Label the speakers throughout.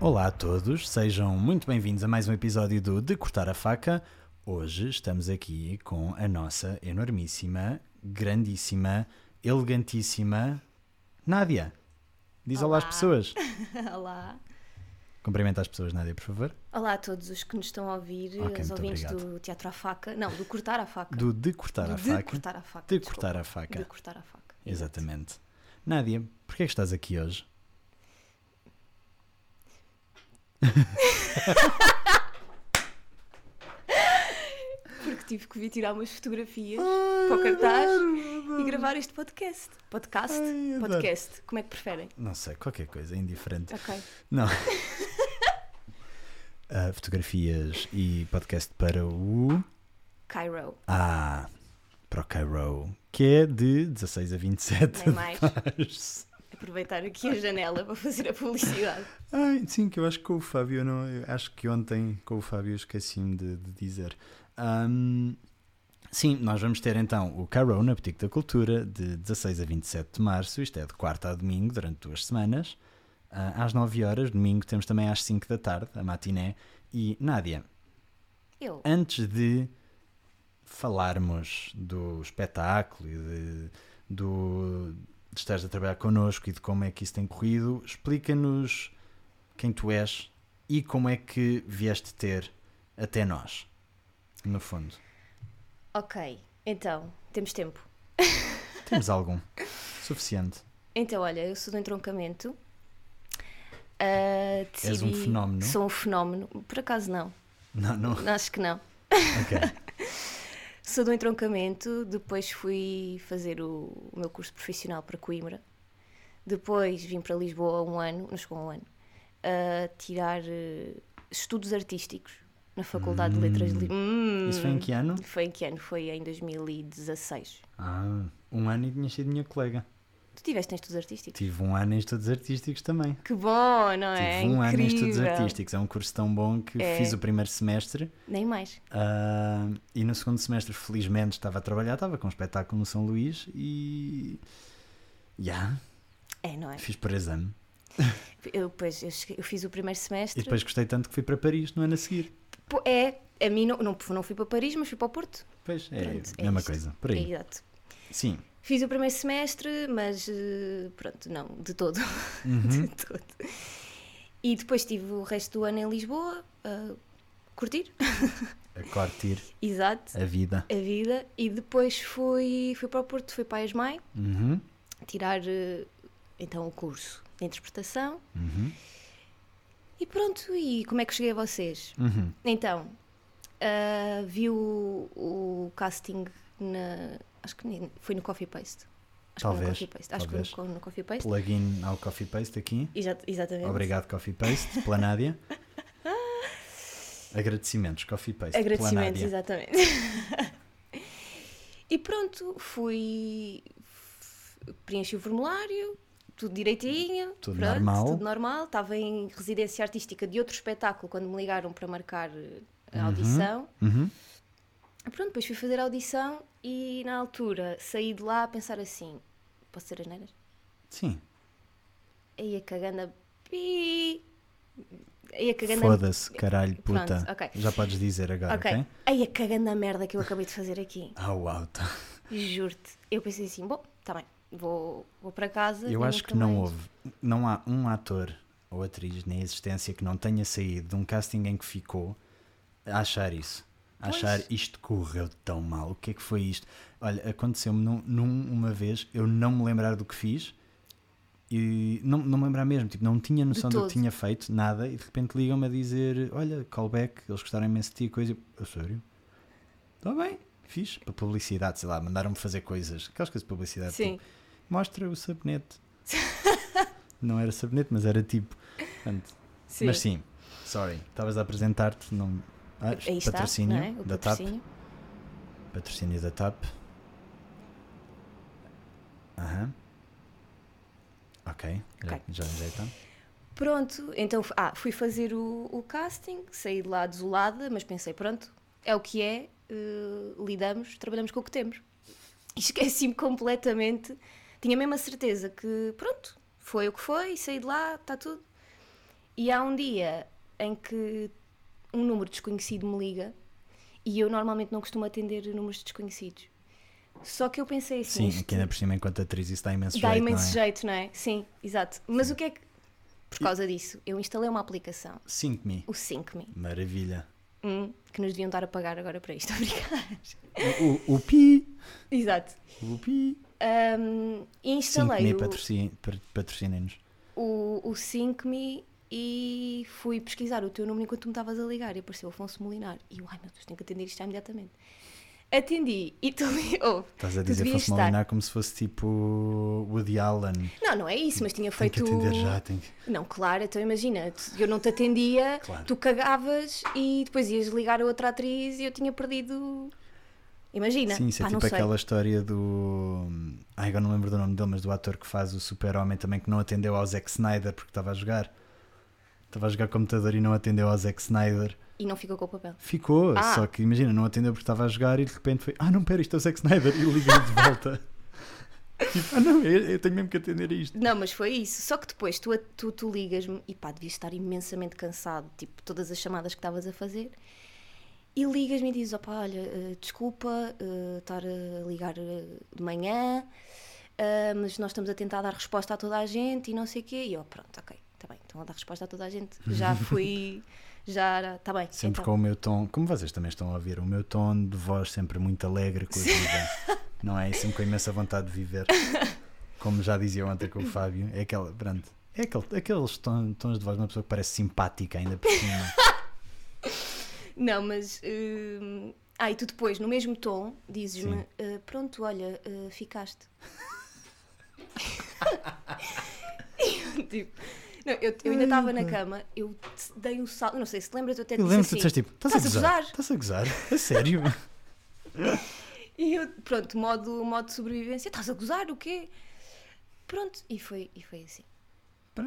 Speaker 1: Olá a todos, sejam muito bem-vindos a mais um episódio do De Cortar a Faca. Hoje estamos aqui com a nossa enormíssima, grandíssima, elegantíssima Nádia. Diz olá,
Speaker 2: Olá.
Speaker 1: às pessoas.
Speaker 2: Olá.
Speaker 1: Cumprimenta as pessoas, Nádia, por favor.
Speaker 2: Olá a todos os que nos estão a ouvir,
Speaker 1: Ok, muito
Speaker 2: os ouvintes
Speaker 1: obrigado.
Speaker 2: do Teatro à Faca. Não, do Cortar à Faca.
Speaker 1: Do De Cortar
Speaker 2: Do
Speaker 1: a
Speaker 2: de
Speaker 1: Faca.
Speaker 2: Cortar à Faca.
Speaker 1: De
Speaker 2: desculpa.
Speaker 1: Cortar a Faca.
Speaker 2: De Cortar à Faca.
Speaker 1: Exatamente. Nádia, porquê é que estás aqui hoje?
Speaker 2: Porque tive que vir tirar umas fotografias para o cartaz e gravar este podcast. Podcast?
Speaker 1: Hum. Ai, adoro.
Speaker 2: podcast. Como é que preferem?
Speaker 1: Não sei, qualquer coisa, é indiferente.
Speaker 2: Ok.
Speaker 1: Não. Ah, fotografias e podcast para o.
Speaker 2: Cairo.
Speaker 1: Ah, para o Cairo, que é de 16 a 27
Speaker 2: Nem mais.
Speaker 1: de março.
Speaker 2: Aproveitar aqui a janela para fazer a publicidade.
Speaker 1: Ai, sim, que eu acho que com o Fábio, eu não, eu acho que ontem com o Fábio eu esqueci-me de, de dizer. Ahm, sim, nós vamos ter então o Cairo na Boutique da Cultura de 16 a 27 de março, isto é de quarta a domingo, durante duas semanas, ah, às 9 horas, domingo temos também às 5 da tarde, a matiné. E Nádia,
Speaker 2: Eu.
Speaker 1: antes de falarmos do espetáculo e de, do, de estares a trabalhar connosco e de como é que isso tem corrido, explica-nos quem tu és e como é que vieste ter até nós, no fundo.
Speaker 2: Ok. Então, temos tempo.
Speaker 1: Temos algum suficiente.
Speaker 2: Então, olha, eu sou do entroncamento. Ah,
Speaker 1: És um
Speaker 2: decidi-
Speaker 1: fenómeno.
Speaker 2: Sou um fenómeno. Por acaso não.
Speaker 1: Não, não.
Speaker 2: Acho que não.
Speaker 1: Ok.
Speaker 2: Sou do entroncamento, depois fui fazer o, o meu curso profissional para Coimbra, depois vim para Lisboa um ano, não chegou a um ano, a tirar eh, estudos artísticos na Faculdade de Letras de Lisboa.
Speaker 1: Isso foi em que ano?
Speaker 2: Foi em que ano? Foi em 2016.
Speaker 1: Ah, um ano e tinha sido minha colega.
Speaker 2: Tu tiveste em estudos artísticos?
Speaker 1: Tive um ano em estudos artísticos também.
Speaker 2: Que bom, não é?
Speaker 1: Tive um ano em estudos
Speaker 2: Incrível.
Speaker 1: artísticos. É um curso tão bom que
Speaker 2: É.
Speaker 1: fiz o primeiro semestre
Speaker 2: Nem mais.
Speaker 1: Ah, e no segundo semestre, felizmente, estava a trabalhar, estava com um espetáculo no São Luís e. Já,
Speaker 2: É, não é?
Speaker 1: fiz por exame.
Speaker 2: Eu, pois, eu, cheguei- eu fiz o primeiro semestre.
Speaker 1: E depois gostei tanto que fui para Paris no ano a seguir.
Speaker 2: Pô, É, a mim não, não, não fui para Paris, mas fui para o Porto.
Speaker 1: Pois, é
Speaker 2: Pronto,
Speaker 1: a
Speaker 2: é
Speaker 1: mesma
Speaker 2: isto.
Speaker 1: coisa. Por aí.
Speaker 2: Exato.
Speaker 1: Sim.
Speaker 2: Fiz o primeiro semestre, mas eh, pronto, não, de todo.
Speaker 1: Uhum.
Speaker 2: de todo. E depois tive o resto do ano em Lisboa, a curtir,
Speaker 1: A curtir
Speaker 2: exato,
Speaker 1: a vida.
Speaker 2: a vida. E depois fui, fui para o Porto, fui para a ESMAI,
Speaker 1: Uhum,
Speaker 2: tirar eh, então o curso de interpretação.
Speaker 1: uhum,
Speaker 2: E pronto, e como é que cheguei a vocês?
Speaker 1: uhum.
Speaker 2: Então, ah, vi o, o casting na. Acho que nem- foi no Coffee Paste. Acho
Speaker 1: Talvez,
Speaker 2: que foi no Coffee Paste. Acho
Speaker 1: talvez.
Speaker 2: que foi no, no Coffee Paste.
Speaker 1: Plugin ao Coffee Paste aqui.
Speaker 2: Exa- exatamente.
Speaker 1: Obrigado, Coffee Paste, pela Nádia. Agradecimentos, Coffee Paste, pela
Speaker 2: Agradecimentos,
Speaker 1: Nádia.
Speaker 2: exatamente. e pronto, fui. f- Preenchi o formulário, tudo direitinho.
Speaker 1: Tudo
Speaker 2: pronto,
Speaker 1: normal.
Speaker 2: Tudo normal. Estava em residência artística de outro espetáculo quando me ligaram para marcar eh, a audição.
Speaker 1: Uhum.
Speaker 2: Pronto, depois fui fazer a audição e na altura saí de lá a pensar assim: posso ser as neiras?
Speaker 1: Sim.
Speaker 2: Aí a caganda. Pi! Aí a caganda.
Speaker 1: Foda-se, caralho,
Speaker 2: Pronto,
Speaker 1: puta.
Speaker 2: ok.
Speaker 1: Já podes dizer agora, ok?
Speaker 2: Ok. Aí a caganda merda que eu acabei de fazer aqui.
Speaker 1: Ah, uau, tá.
Speaker 2: Juro-te. Eu pensei assim: bom, tá bem, vou, vou para casa.
Speaker 1: Eu
Speaker 2: e
Speaker 1: acho
Speaker 2: nunca
Speaker 1: que não
Speaker 2: mais.
Speaker 1: houve, não há um ator ou atriz na existência que não tenha saído de um casting em que ficou a achar isso. A
Speaker 2: Pois.
Speaker 1: achar isto correu tão mal, o que é que foi isto? Olha, aconteceu-me num- num- uma vez eu não me lembrar do que fiz e não, não me lembrar mesmo, tipo, não tinha noção do
Speaker 2: todo.
Speaker 1: que tinha feito, nada, e de repente ligam-me a dizer: Olha, callback, eles gostaram imenso de ti, coisa. e Eu, "A sério? Está bem, fiz. Para publicidade, sei lá, mandaram-me fazer coisas, aquelas coisas de publicidade, tipo,
Speaker 2: Sim.
Speaker 1: mostra o sabonete. não era sabonete, mas era tipo. portanto,
Speaker 2: Sim.
Speaker 1: Mas sim, sorry, estavas a apresentar-te. Não... Ah,
Speaker 2: Aí está,
Speaker 1: patrocínio
Speaker 2: não é? O
Speaker 1: da
Speaker 2: patrocínio.
Speaker 1: TAP. Patrocínio da TAP. Aham. Ok, já-
Speaker 2: Ok.
Speaker 1: já já está.
Speaker 2: Pronto, então f- ah, fui fazer o, o casting, saí de lá desolada, mas pensei, pronto, é o que é, eh, lidamos, trabalhamos com o que temos. E esqueci-me completamente, tinha mesmo a certeza que, pronto, foi o que foi, saí de lá, está tá tudo. E há um dia em que um número desconhecido me liga e eu normalmente não costumo atender números desconhecidos. Só que eu pensei assim.
Speaker 1: Sim,
Speaker 2: isto
Speaker 1: aqui ainda por cima, enquanto atriz, isso dá imenso
Speaker 2: dá
Speaker 1: jeito.
Speaker 2: imenso
Speaker 1: não é?
Speaker 2: jeito, não é? Sim, exato. Mas o que é que. Por causa disso, eu instalei uma aplicação,
Speaker 1: Sync me.
Speaker 2: o SyncMe,
Speaker 1: Maravilha.
Speaker 2: hum, que nos deviam dar a pagar agora para isto, obrigada.
Speaker 1: O, o, o pi.
Speaker 2: Exato.
Speaker 1: O pi.
Speaker 2: Hum,
Speaker 1: Sync
Speaker 2: e
Speaker 1: me,
Speaker 2: instalei o,
Speaker 1: patrocinem- pa- patrocinem-nos.
Speaker 2: o, o SyncMe e fui pesquisar o teu número enquanto tu me estavas a ligar e apareceu Afonso Molinar. E eu, ai meu Deus, tenho que atender isto já imediatamente. Atendi e tu li. Oh,
Speaker 1: Estás a
Speaker 2: tu
Speaker 1: dizer
Speaker 2: devias
Speaker 1: Fosse Molinar como se fosse tipo Woody Allen.
Speaker 2: Não, não é isso, mas tinha feito.
Speaker 1: Tem que atender já, tem que...
Speaker 2: Não, claro, então imagina, tu- eu não te atendia,
Speaker 1: Claro.
Speaker 2: tu cagavas e depois ias ligar a outra atriz e eu tinha perdido. Imagina,
Speaker 1: Sim, isso é
Speaker 2: Pá, não
Speaker 1: tipo
Speaker 2: sei.
Speaker 1: aquela história do. hum, Ai, agora não lembro do nome dele, mas do ator que faz o Super-Homem também que não atendeu ao Zack Snyder porque estava a jogar. Estava a jogar computador e não atendeu ao Zack Snyder.
Speaker 2: E não ficou com o papel.
Speaker 1: Ficou,
Speaker 2: Ah.
Speaker 1: só que imagina, não atendeu porque estava a jogar e de repente foi: Ah, não, pera, isto é o Zack Snyder e liga-lhe de volta. tipo, ah, não, eu, eu tenho mesmo que atender a isto.
Speaker 2: Não, mas foi isso. Só que depois tu, tu, tu ligas-me e pá, devias estar imensamente cansado, tipo, todas as chamadas que estavas a fazer. E ligas-me e dizes: opá, olha, eh, desculpa eh, estar a ligar eh, de manhã, eh, mas nós estamos a tentar dar resposta a toda a gente e não sei o quê. E eu, pronto, ok, está bem, estão a dar resposta a toda a gente. Já fui, já, está bem.
Speaker 1: Sempre
Speaker 2: então."
Speaker 1: com o meu tom, como vocês também estão a ouvir, o meu tom de voz sempre muito alegre com a vida, não é? E Sempre com imensa vontade de viver. Como já dizia ontem com o Fábio, é aquela, pronto, é aquele, aqueles ton- tons de voz de uma pessoa que parece simpática ainda por cima.
Speaker 2: Não, mas. hum, ah, e tu depois, no mesmo tom, dizes-me:
Speaker 1: Sim.
Speaker 2: "Ah, Pronto, olha, ah, ficaste. E eu, tipo, não, eu, eu ainda estava na cama, eu te dei um salto. Não sei se te lembras, eu até te
Speaker 1: Eu
Speaker 2: disse
Speaker 1: lembro que tu
Speaker 2: assim,
Speaker 1: disseste tipo, estás a gozar? Estás a gozar? A sério?
Speaker 2: E eu, pronto, modo, modo de sobrevivência: Estás a gozar? O quê? Pronto, e foi, e foi assim.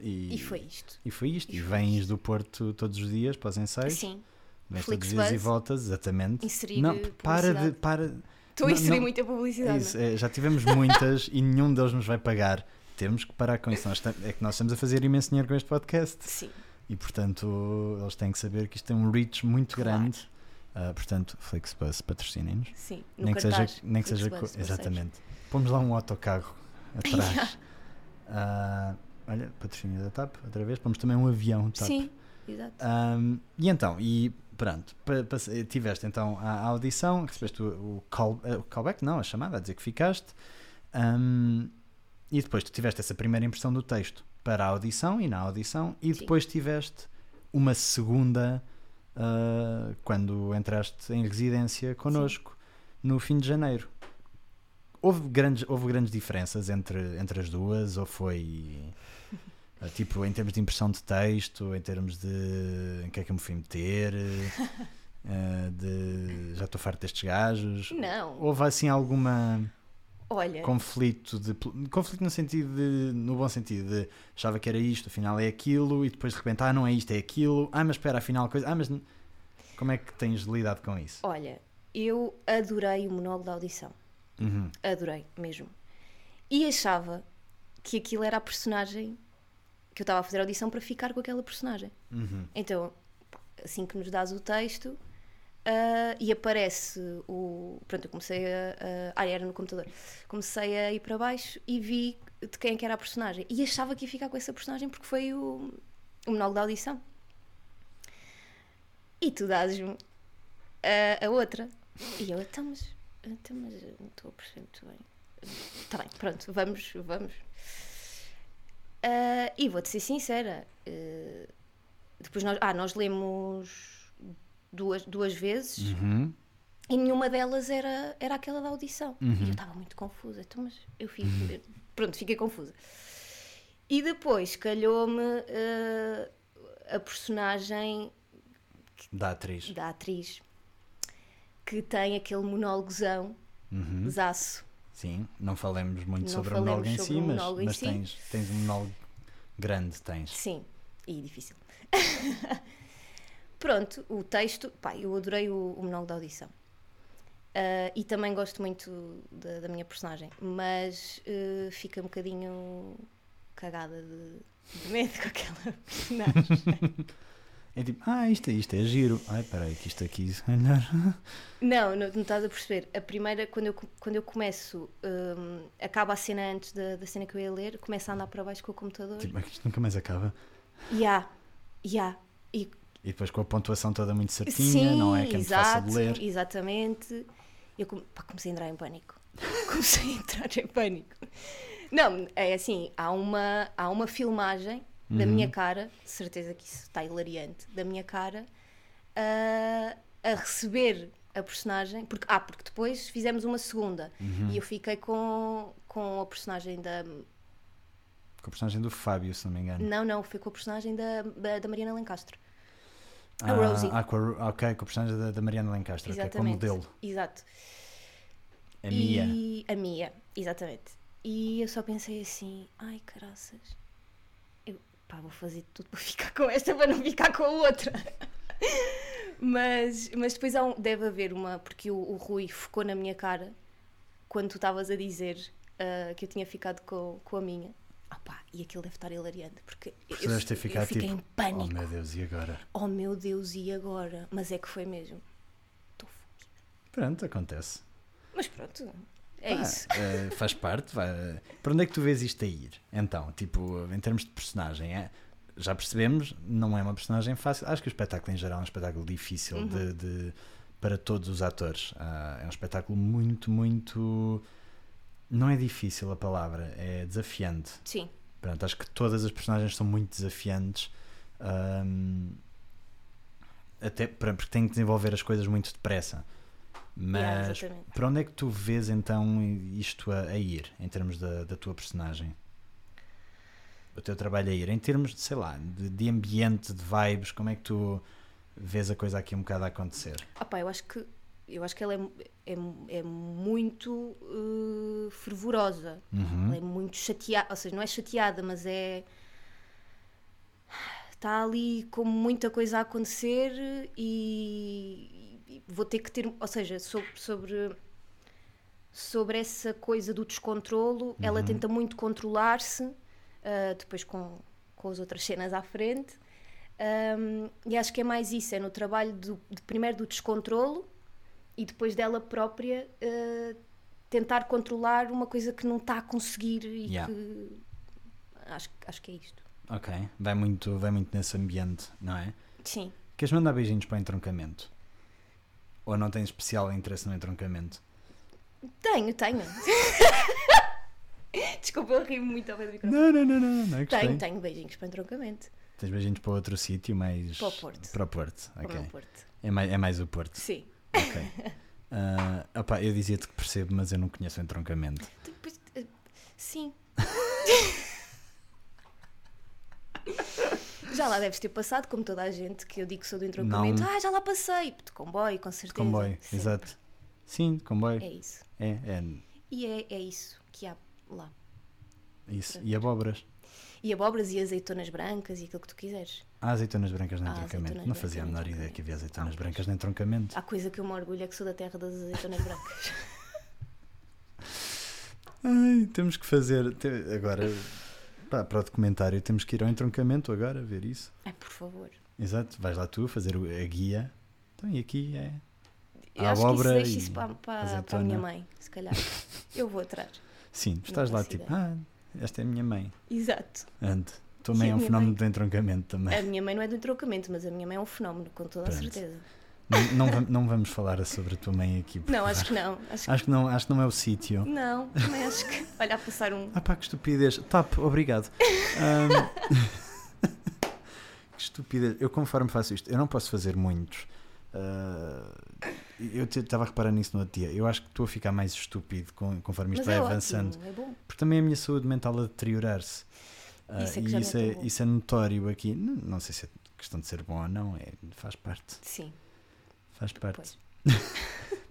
Speaker 2: E foi isto.
Speaker 1: E foi isto. E, vens do Porto todos os dias para os ensaios.
Speaker 2: Sim.
Speaker 1: Vens todos os
Speaker 2: Flixbus.
Speaker 1: dias e voltas, exatamente.
Speaker 2: Inserir
Speaker 1: não, para de.
Speaker 2: publicidade.
Speaker 1: Para...
Speaker 2: Estou
Speaker 1: Não,
Speaker 2: a inserir
Speaker 1: não-
Speaker 2: muita
Speaker 1: É
Speaker 2: publicidade.
Speaker 1: isso,
Speaker 2: não
Speaker 1: é, já tivemos muitas e nenhum deles nos vai pagar. Temos que parar com isso. Nós tam- é que nós estamos a fazer imenso dinheiro com este
Speaker 2: é?
Speaker 1: podcast
Speaker 2: Sim.
Speaker 1: e, portanto, eles têm que saber que isto tem um reach muito
Speaker 2: Claro.
Speaker 1: grande. Ah, portanto, Flixbus, patrocinem-nos.
Speaker 2: Sim, no
Speaker 1: Nem que seja,
Speaker 2: cartaz,
Speaker 1: nem que seja
Speaker 2: Flixbus,
Speaker 1: co-
Speaker 2: parceiros.
Speaker 1: exatamente. Pomos lá um autocarro atrás. Ah, olha, patrocínio da TAP, outra vez. Pomos também um avião TAP.
Speaker 2: Sim, exato.
Speaker 1: Ahm, e então, e pronto, pa- pa- tiveste então a a audição, recebeste o, o call, eh, o callback, não, a chamada, a dizer que ficaste, Ahm, e depois tu tiveste essa primeira impressão do texto para a audição e na audição, e
Speaker 2: Sim.
Speaker 1: depois tiveste uma segunda ah, quando entraste em residência connosco no fim de janeiro. Houve grandes, houve grandes diferenças entre, entre as duas, ou foi ah, Tipo, em termos de impressão de texto, em termos de em que é que eu me fui meter, eh, ah, de já estou farto destes gajos.
Speaker 2: Não. É.
Speaker 1: Houve assim alguma
Speaker 2: Olha,
Speaker 1: conflito de pl- conflito no sentido de, no bom sentido de achava que era isto, afinal é aquilo, e depois de repente, ah, não é isto, é aquilo, ah, mas espera, afinal coisa, ah, mas n- como é que tens lidado com isso?
Speaker 2: olha, eu adorei o monólogo da audição.
Speaker 1: Uhum.
Speaker 2: Adorei mesmo. E achava que aquilo era a personagem que eu estava a fazer a audição para ficar com aquela personagem.
Speaker 1: Uhum.
Speaker 2: Então, assim que nos dás o texto ah, e aparece o. Pronto, eu comecei a. a- ah, era no computador. Comecei a ir para baixo e vi de quem é que era a personagem. E achava que ia ficar com essa personagem porque foi o, o monólogo da audição. E tu dás-me a, a outra. E eu, então, mas. Então, mas eu não estou a perceber muito bem. Está bem, pronto, vamos, vamos. Ah, e vou-te ser sincera. ah, depois nós, ah, nós lemos duas, duas vezes
Speaker 1: Uhum.
Speaker 2: e nenhuma delas era, era aquela da audição. E eu estava muito confusa, então, mas eu fico. Pronto, fiquei confusa. E depois calhou-me eh, a personagem
Speaker 1: Da atriz.
Speaker 2: da atriz que tem aquele monólogozão, zaço.
Speaker 1: Sim, não falemos muito
Speaker 2: Não
Speaker 1: sobre o
Speaker 2: falemos
Speaker 1: monólogo em si,
Speaker 2: sobre o
Speaker 1: mas,
Speaker 2: monólogo em
Speaker 1: mas
Speaker 2: si.
Speaker 1: tens, tens um monólogo grande, tens.
Speaker 2: Sim, e difícil. Pronto, o texto, pá, eu adorei o, o monólogo da audição. Ah, e também gosto muito da, da minha personagem, mas eh, fica um bocadinho cagada de, de medo com aquela personagem.
Speaker 1: É tipo, ah, isto, isto é giro. Ai, peraí, que isto aqui. é se calhar-
Speaker 2: Não, não, não estás a perceber. A primeira, quando eu, co- quando eu começo, hum, acaba a cena antes da, da cena que eu ia ler, começa a andar para baixo com o computador.
Speaker 1: Tipo, é que isto nunca mais acaba.
Speaker 2: E há, e há. E
Speaker 1: E depois com a pontuação toda muito certinha,
Speaker 2: sim,
Speaker 1: não é que é muito fácil
Speaker 2: exato,
Speaker 1: de ler.
Speaker 2: exatamente. Eu come- pá, comecei a entrar em pânico. Comecei a entrar em pânico. Não, é assim, há uma, há uma filmagem da minha
Speaker 1: Uhum.
Speaker 2: cara, certeza que isso está hilariante, da minha cara, a, a receber a personagem, porque, ah, porque depois fizemos uma segunda
Speaker 1: Uhum.
Speaker 2: e eu fiquei com, com a personagem da.
Speaker 1: Com a personagem do Fábio, se não me engano.
Speaker 2: Não, não, foi com a personagem da, da da Mariana Lencastre. a
Speaker 1: Ah,
Speaker 2: Rosie.
Speaker 1: Ah, com a Ro- ok, com a personagem da, da Mariana Lancaster, que é como modelo.
Speaker 2: Exato.
Speaker 1: A Mia. Oh,
Speaker 2: E a Mia, exatamente. E eu só pensei assim, ai caraças, eu pá, vou fazer tudo para ficar com esta para não ficar com a outra. mas, mas depois há um- deve haver uma, porque o, o Rui focou na minha cara quando tu estavas a dizer ah, que eu tinha ficado com, com a minha. Ah pá, e aquilo deve estar hilariante, porque eu, eu,
Speaker 1: Precisas ter ficado
Speaker 2: fiquei
Speaker 1: tipo.
Speaker 2: em pânico.
Speaker 1: Oh meu Deus, e agora?
Speaker 2: oh meu Deus, e agora? Mas é que foi mesmo. Tô fodida.
Speaker 1: Pronto, acontece.
Speaker 2: Mas pronto, é
Speaker 1: Pá,
Speaker 2: isso.
Speaker 1: eh, faz parte. Vai. Para onde é que tu vês isto a ir? Então, tipo, em termos de personagem, é- já percebemos, não é uma personagem fácil. Acho que o espetáculo em geral é um espetáculo difícil
Speaker 2: Uhum.
Speaker 1: de, de- para todos os atores. Ah, é um espetáculo muito, muito. Não é difícil a palavra, é desafiante.
Speaker 2: Sim.
Speaker 1: Pronto, acho que todas as personagens são muito desafiantes. ahm, até pra- porque têm que desenvolver as coisas muito depressa.
Speaker 2: Yeah,
Speaker 1: Mas
Speaker 2: exatamente.
Speaker 1: para onde é que tu vês então isto a, a ir, em termos da, da tua personagem? O teu trabalho a ir, em termos, de, sei lá, de, de ambiente, de vibes, como é que tu vês a coisa aqui um bocado a acontecer?
Speaker 2: Ah pá, eu acho que eu acho que ela é, é, é muito eh, fervorosa. Ela é muito chateada, ou seja, não é chateada, mas é está ali com muita coisa a acontecer e, e vou ter que ter, ou seja, sobre sobre, sobre essa coisa do descontrolo, ela tenta muito controlar-se, ah, depois com, com as outras cenas à frente. Ahm, e acho que é mais isso, é no trabalho do, de- primeiro do descontrolo e depois dela própria ah, tentar controlar uma coisa que não está a conseguir e
Speaker 1: Yeah.
Speaker 2: que acho, acho que é isto.
Speaker 1: Ok, vai muito, vai muito nesse ambiente, não é?
Speaker 2: Sim.
Speaker 1: Queres mandar beijinhos para o entroncamento? Ou não tens especial interesse no entroncamento?
Speaker 2: Tenho, tenho. Desculpa, eu rimo muito ao pé do
Speaker 1: Não,
Speaker 2: microfone.
Speaker 1: não, não, não, não é que
Speaker 2: Tenho,
Speaker 1: gostei.
Speaker 2: tenho beijinhos para entroncamento.
Speaker 1: Tens beijinhos para outro sítio, mas.
Speaker 2: Para o Porto.
Speaker 1: Para o Porto,
Speaker 2: Para o meu
Speaker 1: ok.
Speaker 2: Porto.
Speaker 1: É mais, é mais o Porto,
Speaker 2: Sim.
Speaker 1: ok. Ah, opá, eu dizia-te que percebo, mas eu não conheço o entroncamento.
Speaker 2: Depois, eh, Sim. já lá deves ter passado, como toda a gente, que eu digo que sou do entroncamento.
Speaker 1: Não.
Speaker 2: Ah, já lá passei. De comboio, com certeza.
Speaker 1: Comboio,
Speaker 2: Sim.
Speaker 1: exato. Sim, comboio.
Speaker 2: É isso.
Speaker 1: É, é
Speaker 2: E é, é isso que há lá.
Speaker 1: isso. E abóboras.
Speaker 2: E abóboras e azeitonas brancas e aquilo que tu quiseres.
Speaker 1: Há azeitonas brancas no
Speaker 2: Há
Speaker 1: entroncamento.
Speaker 2: azeitonas
Speaker 1: Não fazia a
Speaker 2: brancas
Speaker 1: menor
Speaker 2: no
Speaker 1: ideia
Speaker 2: entroncamento.
Speaker 1: que havia azeitonas
Speaker 2: Ah,
Speaker 1: brancas no entroncamento.
Speaker 2: Há coisa que eu me orgulho é que sou da terra das azeitonas brancas.
Speaker 1: Ai, temos que fazer. te- Agora, pá, para o documentário, temos que ir ao entroncamento agora, ver isso.
Speaker 2: Ai, por favor.
Speaker 1: Exato, vais lá tu fazer o- a guia. Então, e aqui é.
Speaker 2: Eu
Speaker 1: A
Speaker 2: acho que isso
Speaker 1: abóbora
Speaker 2: deixa
Speaker 1: e
Speaker 2: isso para, para, para a
Speaker 1: azeitona.
Speaker 2: minha mãe, se calhar. Eu vou atrás.
Speaker 1: Sim, tu estás
Speaker 2: Não
Speaker 1: lá
Speaker 2: faço
Speaker 1: tipo, ah, esta é a minha mãe.
Speaker 2: Exato.
Speaker 1: Ande. Tua mãe
Speaker 2: Sim,
Speaker 1: é um
Speaker 2: minha
Speaker 1: fenómeno
Speaker 2: mãe.
Speaker 1: de entroncamento também.
Speaker 2: A minha mãe não é do trocamento, mas a minha mãe é um fenómeno, com toda a
Speaker 1: Né? Pronto.
Speaker 2: certeza.
Speaker 1: Não, não, vam- não vamos falar sobre a tua mãe aqui. por
Speaker 2: Não,
Speaker 1: favor.
Speaker 2: acho que não. Acho que
Speaker 1: Acho que não, acho que não é o sítio.
Speaker 2: não. Também acho que. Olha, a passar um.
Speaker 1: Ah pá, que estupidez. Tap, obrigado. Ahm, que estupidez. Eu conforme faço isto, eu não posso fazer muitos. Ah, eu estava a reparar nisso no outro dia. Eu acho que estou a ficar mais estúpido com- conforme isto
Speaker 2: Mas é
Speaker 1: vai
Speaker 2: ótimo,
Speaker 1: avançando.
Speaker 2: é bom.
Speaker 1: porque também a minha saúde mental a deteriorar-se. Ah,
Speaker 2: Isso é que
Speaker 1: e
Speaker 2: já não
Speaker 1: isso
Speaker 2: é
Speaker 1: é,
Speaker 2: tão bom.
Speaker 1: isso é notório aqui. N- Não, sei se é questão de ser bom ou não, é, faz parte.
Speaker 2: Sim.
Speaker 1: Faz parte.
Speaker 2: Pois.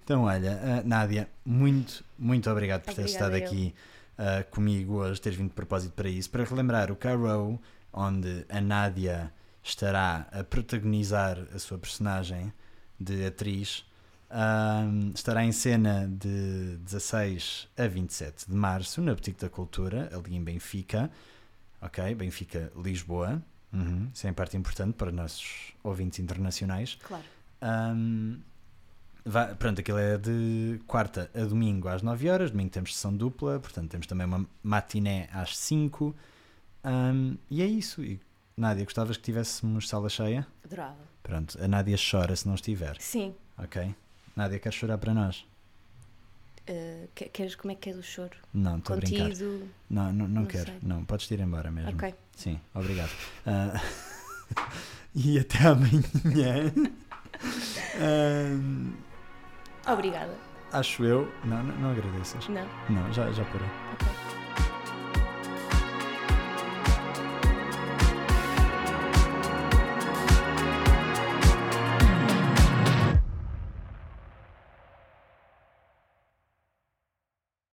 Speaker 1: Então, olha, ah, Nádia, muito, muito obrigado por teres estado
Speaker 2: Obrigada eu.
Speaker 1: aqui ah, comigo hoje, teres vindo de propósito para isso. Para relembrar o Carrow, onde a Nádia estará a protagonizar a sua personagem de atriz, Ahm, estará em cena de 16 a 27 de março na Boutique da Cultura, ali em Benfica. ok? Benfica, Lisboa. Uhum. Isso é em parte importante para nossos ouvintes internacionais.
Speaker 2: Claro.
Speaker 1: Ahm, vá- pronto, aquilo é de quarta a domingo às 9 horas. Domingo temos sessão dupla, portanto temos também uma matiné às 5. Ahm, e é isso. E, Nádia, gostavas que tivéssemos sala cheia?
Speaker 2: Adorava.
Speaker 1: Pronto, a Nádia chora se não estiver,
Speaker 2: Sim.
Speaker 1: ok? Nádia, queres chorar para nós?
Speaker 2: Uh, que- queres, como é que é do choro?
Speaker 1: Não, estou a brincar.
Speaker 2: Contido.
Speaker 1: Não, não, não,
Speaker 2: Não
Speaker 1: quero.
Speaker 2: sei.
Speaker 1: Não, podes te ir embora mesmo.
Speaker 2: Ok.
Speaker 1: Sim, obrigado. Ah, e até amanhã. Ah,
Speaker 2: Obrigada.
Speaker 1: acho eu. Não, não, não agradeças.
Speaker 2: Não.
Speaker 1: Não, já, já parei.
Speaker 2: Ok.